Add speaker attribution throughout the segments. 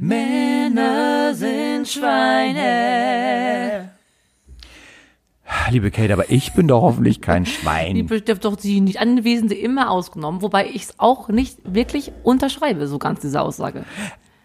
Speaker 1: Männer sind Schweine.
Speaker 2: Ah, Liebe Kate, aber ich bin doch hoffentlich kein Schwein.
Speaker 1: Die bestimmt doch die nicht Anwesende immer ausgenommen, wobei ich es auch nicht wirklich unterschreibe, so ganz diese Aussage.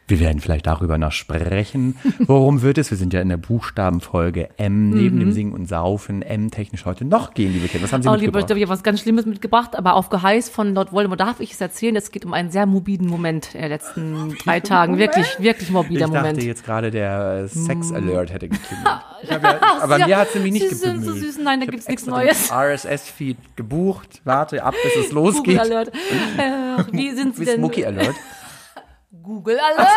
Speaker 2: Wir werden vielleicht darüber noch sprechen. Worum wird es? Wir sind ja in der Buchstabenfolge M. Neben dem Singen und Saufen, M technisch heute noch gehen, liebe Kinder. Was haben Sie
Speaker 1: Mhm. Oh, liebe, ich
Speaker 2: mitgebracht?
Speaker 1: habe hier was ganz Schlimmes mitgebracht, aber auf Geheiß von Lord Voldemort darf ich es erzählen. Es geht um einen sehr morbiden Moment der letzten drei Tagen. Wirklich, wirklich
Speaker 2: Ich
Speaker 1: morbider
Speaker 2: dachte
Speaker 1: Moment. Hm.
Speaker 2: jetzt gerade, der Sex Alert hätte geklingelt. Ich hab ja, aber mir hat sie mich nicht
Speaker 1: Sie sind so
Speaker 2: gebemüht.
Speaker 1: süß. Nein, da
Speaker 2: Ich hab
Speaker 1: gibt's nichts
Speaker 2: extra
Speaker 1: Neues.
Speaker 2: den RSS-Feed gebucht. Warte ab, bis es losgeht.
Speaker 1: Google Alert. Äh, wie sind Sie
Speaker 2: Bis
Speaker 1: denn?
Speaker 2: Mucki Alert.
Speaker 1: Google Alert.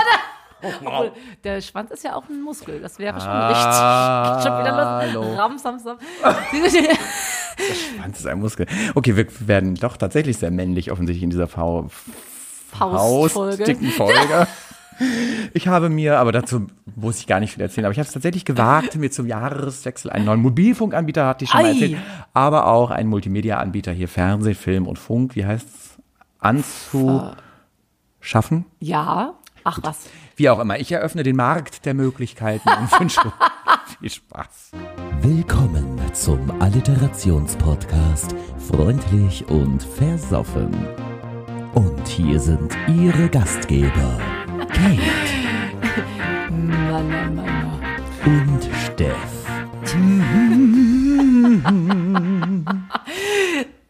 Speaker 2: Wow.
Speaker 1: Der Schwanz ist ja auch ein Muskel. Das wäre schon
Speaker 2: Ah,
Speaker 1: richtig. Schon wieder
Speaker 2: hallo.
Speaker 1: los. Ram, sam, sam.
Speaker 2: Mann, das ist ein Muskel. Okay, wir werden doch tatsächlich sehr männlich offensichtlich in dieser V-
Speaker 1: Faustfolge.
Speaker 2: faustigen Folge. Ich habe mir, aber dazu muss ich gar nicht viel erzählen, aber ich habe es tatsächlich gewagt, mir zum Jahreswechsel einen neuen Mobilfunkanbieter, hatte ich schon mal
Speaker 1: Ei.
Speaker 2: erzählt, aber auch einen Multimedia-Anbieter hier, Fernsehen, Film und Funk, wie heißt es, anzuschaffen?
Speaker 1: Ja. Ach was.
Speaker 2: Wie auch immer, ich eröffne den Markt der Möglichkeiten und wünsche viel Spaß. Oh,
Speaker 3: Willkommen zum Alliterationspodcast Freundlich und Versoffen. Und hier sind Ihre Gastgeber, Kate
Speaker 1: Mann, Mann, Mann, Mann.
Speaker 3: und Steff.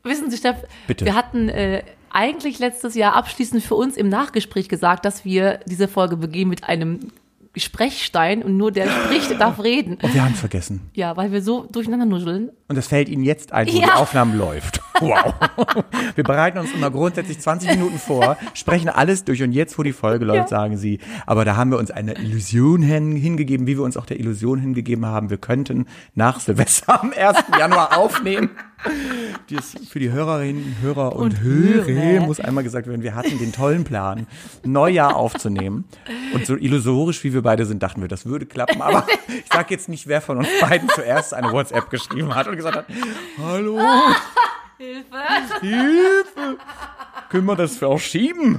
Speaker 1: Wissen Sie, Steff,
Speaker 2: Bitte.
Speaker 1: wir hatten äh, eigentlich letztes Jahr abschließend für uns im Nachgespräch gesagt, dass wir diese Folge begehen mit einem Sprechstein und nur der spricht, darf reden.
Speaker 2: Und wir haben es vergessen.
Speaker 1: Ja, weil wir so durcheinander nuscheln.
Speaker 2: Und das fällt Ihnen jetzt ein, wo die
Speaker 1: Ja.
Speaker 2: Aufnahme läuft. Wow. Wir bereiten uns immer grundsätzlich 20 Minuten vor, sprechen alles durch und jetzt, wo die Folge läuft,
Speaker 1: Ja.
Speaker 2: sagen Sie, aber da haben wir uns einer Illusion hin, hingegeben, wie wir uns auch der Illusion hingegeben haben, wir könnten nach Silvester am 1. Januar aufnehmen. Das für die Hörerinnen, Hörer und,
Speaker 1: Und
Speaker 2: Hörer
Speaker 1: Hörer.
Speaker 2: muss einmal gesagt werden, wir hatten den tollen Plan, Neujahr aufzunehmen. Und so illusorisch, wie wir beide sind, dachten wir, das würde klappen. Aber ich sage jetzt nicht, wer von uns beiden zuerst eine WhatsApp geschrieben hat und gesagt hat, hallo,
Speaker 1: Hilfe!
Speaker 2: Hilfe, können wir das verschieben?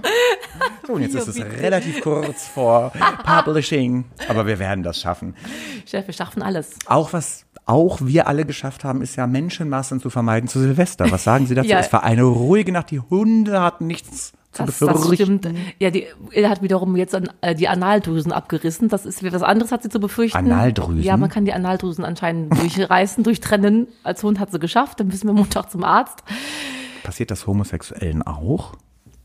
Speaker 2: So, und jetzt ist es relativ kurz vor Publishing, aber wir werden das schaffen.
Speaker 1: Steff, wir schaffen alles.
Speaker 2: Auch was auch wir alle geschafft haben, ist ja Menschenmassen zu vermeiden zu Silvester. Was sagen Sie dazu?
Speaker 1: Ja.
Speaker 2: Es war eine ruhige Nacht, die Hunde hatten nichts zu
Speaker 1: Das, das
Speaker 2: befürchten.
Speaker 1: stimmt. Ja, die, er hat wiederum jetzt an, äh, die Analdrüsen abgerissen. Das ist was anderes, hat sie zu befürchten.
Speaker 2: Analdrüsen?
Speaker 1: Ja, man kann die Analdrüsen anscheinend durchreißen, durchtrennen. Als Hund hat sie geschafft. Dann müssen wir Montag zum Arzt.
Speaker 2: Passiert das Homosexuellen auch?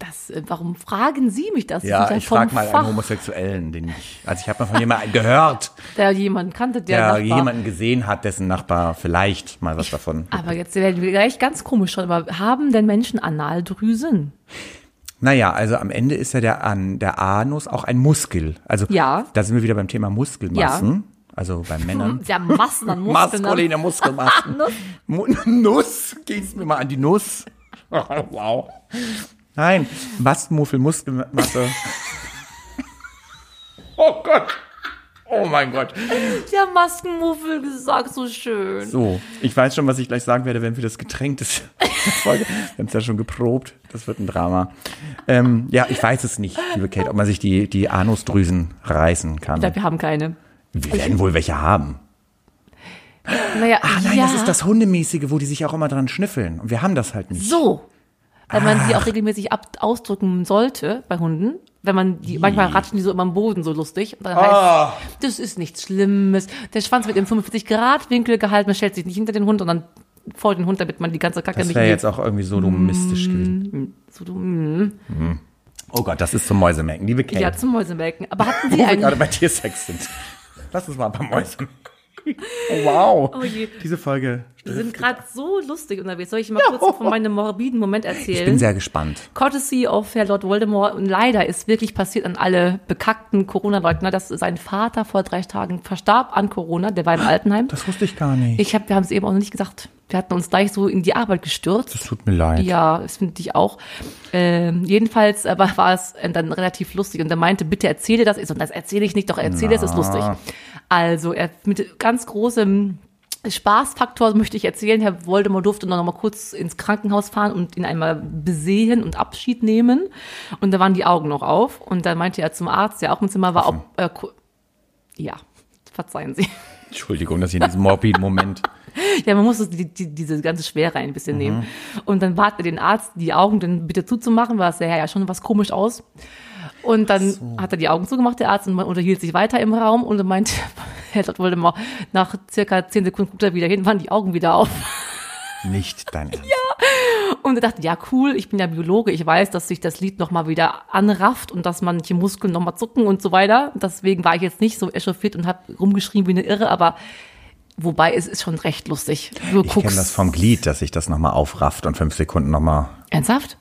Speaker 1: Das, äh, warum fragen Sie mich das? Sie sind
Speaker 2: Ja, ich
Speaker 1: vom
Speaker 2: frage mal
Speaker 1: Fach.
Speaker 2: einen Homosexuellen, den ich, also ich habe mal von jemandem gehört,
Speaker 1: Der jemand kannte, der,
Speaker 2: der
Speaker 1: Nachbar.
Speaker 2: jemanden gesehen hat, dessen Nachbar vielleicht mal was davon.
Speaker 1: Aber jetzt werden wir gleich ganz komisch schon. Aber haben denn Menschen Analdrüsen?
Speaker 2: Naja, also am Ende ist ja der, an, der Anus auch ein Muskel. Also
Speaker 1: Ja.
Speaker 2: da sind wir wieder beim Thema Muskelmassen, also bei Männern.
Speaker 1: Sie haben Massen an Muskeln. ne?
Speaker 2: Maskuline Muskelmassen. Mu- Nuss, gehst mir mal an die Nuss. wow. Nein, Mastmuffel, Muskelmasse. oh Gott. Oh mein Gott.
Speaker 1: Sie haben Maskenmuffel gesagt, so schön.
Speaker 2: So, ich weiß schon, was ich gleich sagen werde, wenn wir das Getränk des Folge. Wir haben es ja schon geprobt. Das wird ein Drama. Ähm, ja, ich weiß es nicht, liebe Kate, ob man sich die, die Anusdrüsen reißen
Speaker 1: Ich
Speaker 2: kann.
Speaker 1: glaube, wir haben keine.
Speaker 2: Wir werden wohl welche haben.
Speaker 1: Naja, ah,
Speaker 2: Nein,
Speaker 1: ja.
Speaker 2: das ist das Hundemäßige, wo die sich auch immer dran schnüffeln. Und wir haben das halt nicht.
Speaker 1: So. Weil man sie auch regelmäßig ab ausdrücken sollte bei Hunden. Wenn man die, manchmal ratschen die so immer am Boden so lustig. Und dann
Speaker 2: Ah.
Speaker 1: heißt, das ist nichts Schlimmes. Der Schwanz wird im 45-Grad-Winkel gehalten, man stellt sich nicht hinter den Hund und dann vor den Hund, damit Mm. man die ganze Kacke
Speaker 2: Das
Speaker 1: nicht
Speaker 2: wäre jetzt auch irgendwie sodomistisch gewesen.
Speaker 1: so, du, mm,
Speaker 2: Oh Gott, das ist zum Mäusemelken, liebe Kate.
Speaker 1: ja, zum Mäusemelken. Aber hatten sie
Speaker 2: wo wir gerade
Speaker 1: einen,
Speaker 2: bei Tiersex sind. Lass uns mal ein paar Mäuse. Oh, wow.
Speaker 1: Oh je.
Speaker 2: Diese Folge.
Speaker 1: sie sind gerade so lustig unterwegs. Soll ich mal kurz von meinem morbiden Moment erzählen?
Speaker 2: Ich bin sehr gespannt.
Speaker 1: Courtesy of Herr Lord Voldemort. Und leider ist wirklich passiert an alle bekackten Corona-Leugner, dass sein Vater vor drei Tagen verstarb an Corona. Der war im Altenheim.
Speaker 2: Das wusste ich gar nicht.
Speaker 1: Ich hab, wir haben es eben auch noch nicht gesagt. Wir hatten uns gleich so in die Arbeit gestürzt.
Speaker 2: Es tut mir leid.
Speaker 1: Ja, das finde ich auch. Ähm, jedenfalls aber war es äh, dann relativ lustig und er meinte, bitte erzähle das. Ich so, das erzähle ich nicht, doch erzähle es, ist lustig. Also er mit ganz großem Spaßfaktor möchte ich erzählen. Herr Voldemort durfte noch mal kurz ins Krankenhaus fahren und ihn einmal besehen und Abschied nehmen. Und da waren die Augen noch auf. Und dann meinte er zum Arzt, der auch im Zimmer war, ob, äh, ku- ja, verzeihen Sie.
Speaker 2: Entschuldigung, dass ich in diesem morbiden Moment.
Speaker 1: Ja, man muss das- die, die, diese ganze Schwere ein bisschen
Speaker 2: Mhm.
Speaker 1: nehmen. Und dann bat er den Arzt, die Augen dann bitte zuzumachen, weil es sah ja schon was komisch aus. Und dann hat er die Augen zugemacht, der Arzt, und man unterhielt sich weiter im Raum und er meinte, Herr Dr. Voldemort, nach circa zehn Sekunden guckt er wieder hin, waren die Augen wieder auf.
Speaker 2: Nicht dein Ernst.
Speaker 1: Und er dachte, ja cool, ich bin ja Biologe, ich weiß, dass sich das Lied nochmal wieder anrafft und dass manche Muskeln nochmal zucken und so weiter. Deswegen war ich jetzt nicht so echauffiert und habe rumgeschrien wie eine Irre, aber wobei es ist schon recht lustig. Du
Speaker 2: Ich kenne
Speaker 1: guckst.
Speaker 2: das vom Glied, dass sich das nochmal aufrafft und fünf Sekunden nochmal,
Speaker 1: Ernsthaft?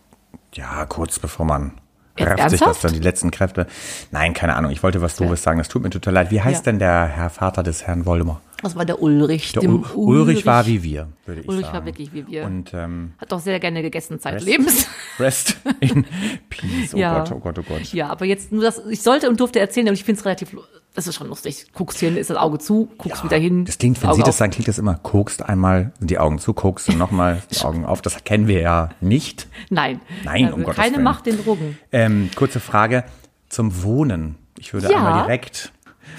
Speaker 2: ja, kurz bevor man
Speaker 1: Jetzt
Speaker 2: rafft sich das
Speaker 1: ernsthaft?
Speaker 2: dann die letzten Kräfte. Nein, keine Ahnung. Ich wollte was Doofes sagen. Das tut mir total leid. Wie heißt
Speaker 1: Ja.
Speaker 2: denn der Herr Vater des Herrn Voldemort?
Speaker 1: Das war der Ulrich.
Speaker 2: Der
Speaker 1: dem
Speaker 2: Ul- Ulrich war wie wir, würde ich
Speaker 1: Ulrich
Speaker 2: sagen.
Speaker 1: war wirklich wie wir.
Speaker 2: Und ähm,
Speaker 1: Hat doch sehr gerne gegessen
Speaker 2: Rest-
Speaker 1: zeitlebens.
Speaker 2: Rest in Peace. Oh
Speaker 1: Ja.
Speaker 2: Gott, oh Gott, oh Gott.
Speaker 1: Ja, aber jetzt nur das, ich sollte und durfte erzählen, aber ich finde es relativ, lu- das ist schon lustig. Guckst hin, ist das Auge zu, guckst wieder hin.
Speaker 2: Das klingt, wenn
Speaker 1: Auge
Speaker 2: Sie das
Speaker 1: auf.
Speaker 2: sagen, klingt das immer, kokst einmal die Augen zu, kokst und nochmal die Augen auf. Das kennen wir ja nicht.
Speaker 1: Nein.
Speaker 2: Nein, um
Speaker 1: Also
Speaker 2: Gottes
Speaker 1: Keine
Speaker 2: Willen.
Speaker 1: macht den Drogen.
Speaker 2: Ähm, kurze Frage zum Wohnen. Ich würde
Speaker 1: Ja.
Speaker 2: einmal direkt.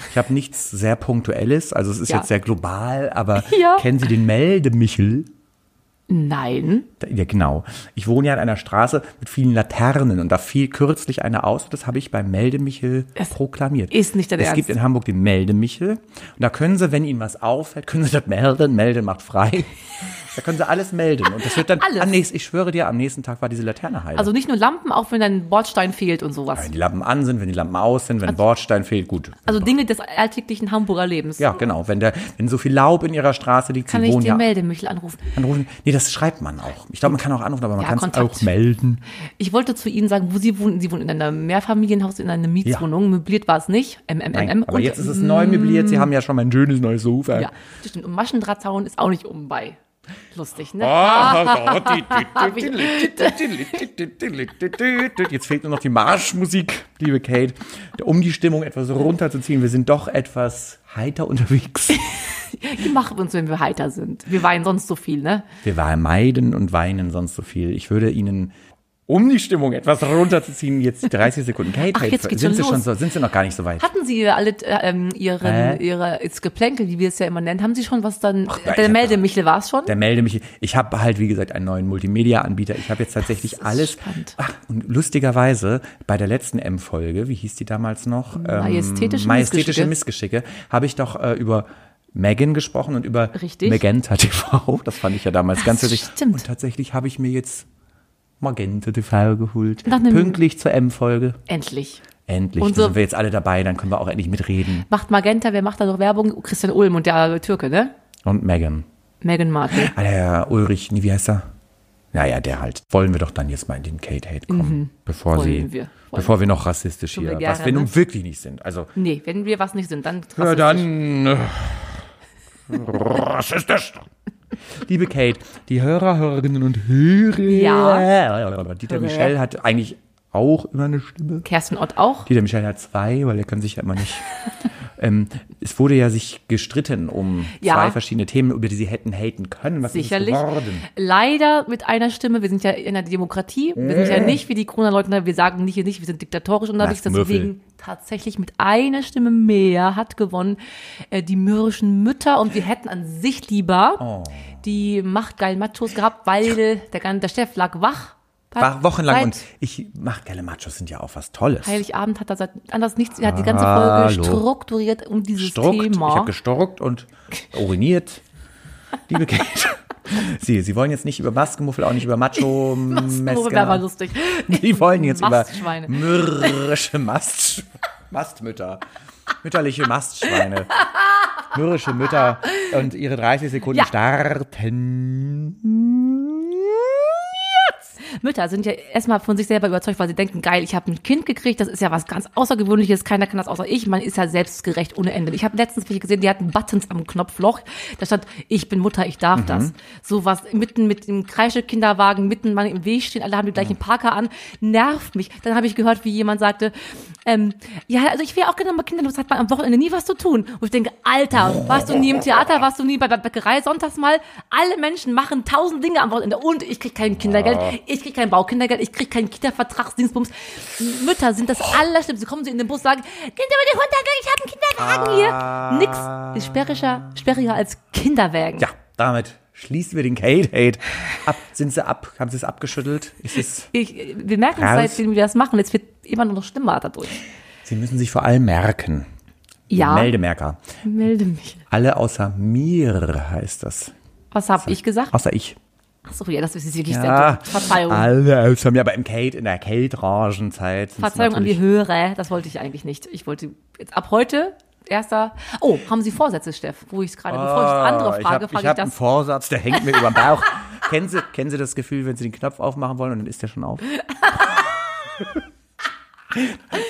Speaker 2: Ich habe nichts sehr Punktuelles, also es ist
Speaker 1: Ja.
Speaker 2: jetzt sehr global, aber
Speaker 1: Ja.
Speaker 2: kennen Sie den Meldemichel?
Speaker 1: Nein.
Speaker 2: Da- Ja, genau. Ich wohne ja an einer Straße mit vielen Laternen und da fiel kürzlich eine aus und das habe ich beim Meldemichel proklamiert.
Speaker 1: ist nicht dein
Speaker 2: Es
Speaker 1: Ernst.
Speaker 2: gibt in Hamburg den Meldemichel und da können Sie, wenn Ihnen was auffällt, können Sie das melden, melden macht frei. Da können Sie alles melden und das wird dann
Speaker 1: Alles.
Speaker 2: am nächsten, ich schwöre dir, am nächsten Tag war diese Laterne heil.
Speaker 1: Also nicht nur Lampen, auch wenn ein Bordstein fehlt und sowas.
Speaker 2: wenn die Lampen an sind, wenn die Lampen aus sind, wenn Bordstein fehlt, gut.
Speaker 1: Also Dinge des alltäglichen Hamburger Lebens.
Speaker 2: Ja, genau. Wenn, der, wenn so viel Laub in ihrer Straße liegt,
Speaker 1: Kann
Speaker 2: sie
Speaker 1: ich
Speaker 2: wohnen
Speaker 1: den
Speaker 2: ja.
Speaker 1: Meldemichel anrufen?
Speaker 2: Anrufen. Nee, das schreibt man auch. Ich glaube, man kann auch anrufen, aber man
Speaker 1: Ja,
Speaker 2: kann es
Speaker 1: Kontakt.
Speaker 2: auch melden.
Speaker 1: Ich wollte zu Ihnen sagen, wo Sie wohnen. Sie wohnen in einem Mehrfamilienhaus, in einer Mietwohnung. Möbliert war es nicht.
Speaker 2: Nein,
Speaker 1: MMM.
Speaker 2: aber jetzt ist es neu möbliert. Sie haben ja schon mal ein schönes neues Sofa.
Speaker 1: Ja, das stimmt. Und Maschendrahtzaun ist auch nicht oben bei. Lustig,
Speaker 2: Ah,
Speaker 1: ne?
Speaker 2: Jetzt fehlt nur noch die Marschmusik, liebe Kate, um die Stimmung etwas runterzuziehen. Wir sind doch etwas heiter unterwegs.
Speaker 1: Die machen wir uns, wenn wir heiter sind. Wir weinen sonst so viel, ne?
Speaker 2: Wir meiden und weinen sonst so viel. Ich würde Ihnen, um die Stimmung etwas runterzuziehen, jetzt 30 Sekunden. Kate,
Speaker 1: Ach, jetzt
Speaker 2: Kate,
Speaker 1: geht's
Speaker 2: sind,
Speaker 1: schon
Speaker 2: Sie
Speaker 1: los.
Speaker 2: so, sind Sie noch gar nicht so weit?
Speaker 1: Hatten Sie ihr alle äh, ähm, ihren,
Speaker 2: Hä?
Speaker 1: ihre ins Geplänkel, wie wir es ja immer nennen, haben Sie schon was dann?
Speaker 2: ja, ich
Speaker 1: der
Speaker 2: hab
Speaker 1: Meldemichel war es schon?
Speaker 2: Der melde mich. Ich habe halt, wie gesagt, einen neuen Multimedia-Anbieter. Ich habe jetzt tatsächlich
Speaker 1: ist
Speaker 2: alles.
Speaker 1: spannend.
Speaker 2: Ach, und lustigerweise bei der letzten M-Folge, wie hieß die damals noch? Ähm,
Speaker 1: Hm, Majestätische
Speaker 2: majestätische Missgeschicke. Habe ich doch äh, über Megan gesprochen und über
Speaker 1: Richtig.
Speaker 2: Magenta TV. Das fand ich ja damals ganz witzig.
Speaker 1: stimmt.
Speaker 2: Und tatsächlich habe ich mir jetzt Magenta TV geholt.
Speaker 1: Nach einem-
Speaker 2: Pünktlich zur M-Folge.
Speaker 1: Endlich.
Speaker 2: Endlich.
Speaker 1: Und
Speaker 2: da
Speaker 1: so-
Speaker 2: sind wir jetzt alle dabei. Dann können wir auch endlich mitreden.
Speaker 1: Macht Magenta, wer macht da noch Werbung? Christian Ulm und der Türke, ne?
Speaker 2: Und Megan.
Speaker 1: Meghan Markle.
Speaker 2: Ah, der Herr Ulrich, nee, wie heißt er? Naja, der halt. Wollen wir doch dann jetzt mal in den Kate-Hate kommen, bevor
Speaker 1: Mhm. Wollen
Speaker 2: sie,
Speaker 1: wir. Wollen
Speaker 2: bevor wir noch rassistisch
Speaker 1: Tun wir
Speaker 2: hier,
Speaker 1: gerne,
Speaker 2: was wir nun
Speaker 1: ne?
Speaker 2: wirklich nicht sind. Also,
Speaker 1: Nee, wenn wir was nicht sind, dann.
Speaker 2: ja, dann äh, rassistisch. Liebe Kate, die Hörer, Hörerinnen und Hörer,
Speaker 1: Ja.
Speaker 2: Dieter
Speaker 1: Hörer.
Speaker 2: Michel hat eigentlich auch immer eine Stimme.
Speaker 1: Kerstin Ott auch.
Speaker 2: Dieter Michel hat zwei, weil er kann sich ja immer nicht. ähm, es wurde ja sich gestritten um
Speaker 1: Ja.
Speaker 2: zwei verschiedene Themen, über die sie hätten haten können. Was
Speaker 1: Sicherlich.
Speaker 2: Ist es geworden?
Speaker 1: Leider mit einer Stimme. Wir sind ja in einer Demokratie. Wir sind ja nicht wie die Corona-Leugner. Wir sagen nicht hier nicht, wir sind diktatorisch unterwegs.
Speaker 2: Mhm. Ach, Müffel.
Speaker 1: Deswegen tatsächlich mit einer Stimme mehr hat gewonnen äh, die mürrischen Mütter. Und wir hätten an sich lieber
Speaker 2: Oh.
Speaker 1: die machtgeilen Machos gehabt, weil der, gan- der Chef lag wach.
Speaker 2: War wochenlang
Speaker 1: Seit
Speaker 2: und ich mach geile Machos sind ja auch was Tolles.
Speaker 1: Heiligabend hat er seit anders nichts. Er hat die ganze Folge
Speaker 2: Hallo.
Speaker 1: strukturiert um dieses
Speaker 2: Struckt. Ich
Speaker 1: Thema.
Speaker 2: habe gestorkt und uriniert. Liebe Kate. Sie, Sie wollen jetzt nicht über Maskenmuffel, auch nicht über Macho
Speaker 1: Worüber war
Speaker 2: Mesker.
Speaker 1: lustig.
Speaker 2: Die wollen jetzt über
Speaker 1: Mastschweine.
Speaker 2: mürrische Mast Mastmütter. Mütterliche Mastschweine. Mürrische Mütter und ihre 30 Sekunden
Speaker 1: Ja.
Speaker 2: starten.
Speaker 1: Mütter sind ja erstmal von sich selber überzeugt, weil sie denken, geil, ich habe ein Kind gekriegt, das ist ja was ganz Außergewöhnliches, keiner kann das außer ich, man ist ja selbstgerecht ohne Ende. Ich habe letztens welche gesehen, die hatten Buttons am Knopfloch, da stand, ich bin Mutter, ich darf das. Sowas mitten mit dem Kreische-Kinderwagen, mitten mal im Weg stehen, alle haben die gleichen Parker an, nervt mich. Dann habe ich gehört, wie jemand sagte, ähm, ja, also ich wäre auch gerne mal kinderlos, hat man am Wochenende nie was zu tun. Und ich denke, Alter, warst du nie im Theater, warst du nie bei der Bäckerei sonntags mal? Alle Menschen machen tausend Dinge am Wochenende und ich krieg kein Kindergeld, ich krieg kein Baukindergeld, ich krieg keinen Kita-Vertragsdienstbums. Mütter sind das Allerschlimmste. Kommen sie in den Bus, sagen, Kinder mit dem Huntergang, ich habe einen Kinderwagen hier. Nix ist sperriger, sperriger als Kinderwägen.
Speaker 2: Ja, damit schließen wir den Kate-Hate ab. Sind sie ab? Haben sie es abgeschüttelt? Ist es,
Speaker 1: Ich, wir merken es,
Speaker 2: Krass.
Speaker 1: seitdem wir das machen, jetzt wird immer nur noch schlimmer dadurch.
Speaker 2: sie müssen sich vor allem merken.
Speaker 1: Ja,
Speaker 2: Meldemerker.
Speaker 1: melde mich.
Speaker 2: Alle außer mir heißt das.
Speaker 1: Was habe ich gesagt?
Speaker 2: Außer ich.
Speaker 1: Achso, ja, das ist jetzt wirklich sehr
Speaker 2: Ja,
Speaker 1: dumm. Verzeihung.
Speaker 2: alle außer mir. Aber im Kate, in der Kate-Orangenzeit. sind sie
Speaker 1: Verzeihung an die
Speaker 2: natürlich-
Speaker 1: Hörer, das wollte ich eigentlich nicht. Ich wollte jetzt ab heute erster. Oh, haben Sie Vorsätze, Steff? Wo ich es gerade, bevor ich
Speaker 2: Ah,
Speaker 1: das andere
Speaker 2: ich
Speaker 1: frage,
Speaker 2: hab-
Speaker 1: frage
Speaker 2: ich
Speaker 1: ich
Speaker 2: habe einen
Speaker 1: das.
Speaker 2: Vorsatz, der hängt mir über den Bauch. kennen, sie, kennen Sie das Gefühl, wenn Sie den Knopf aufmachen wollen und dann ist der schon auf?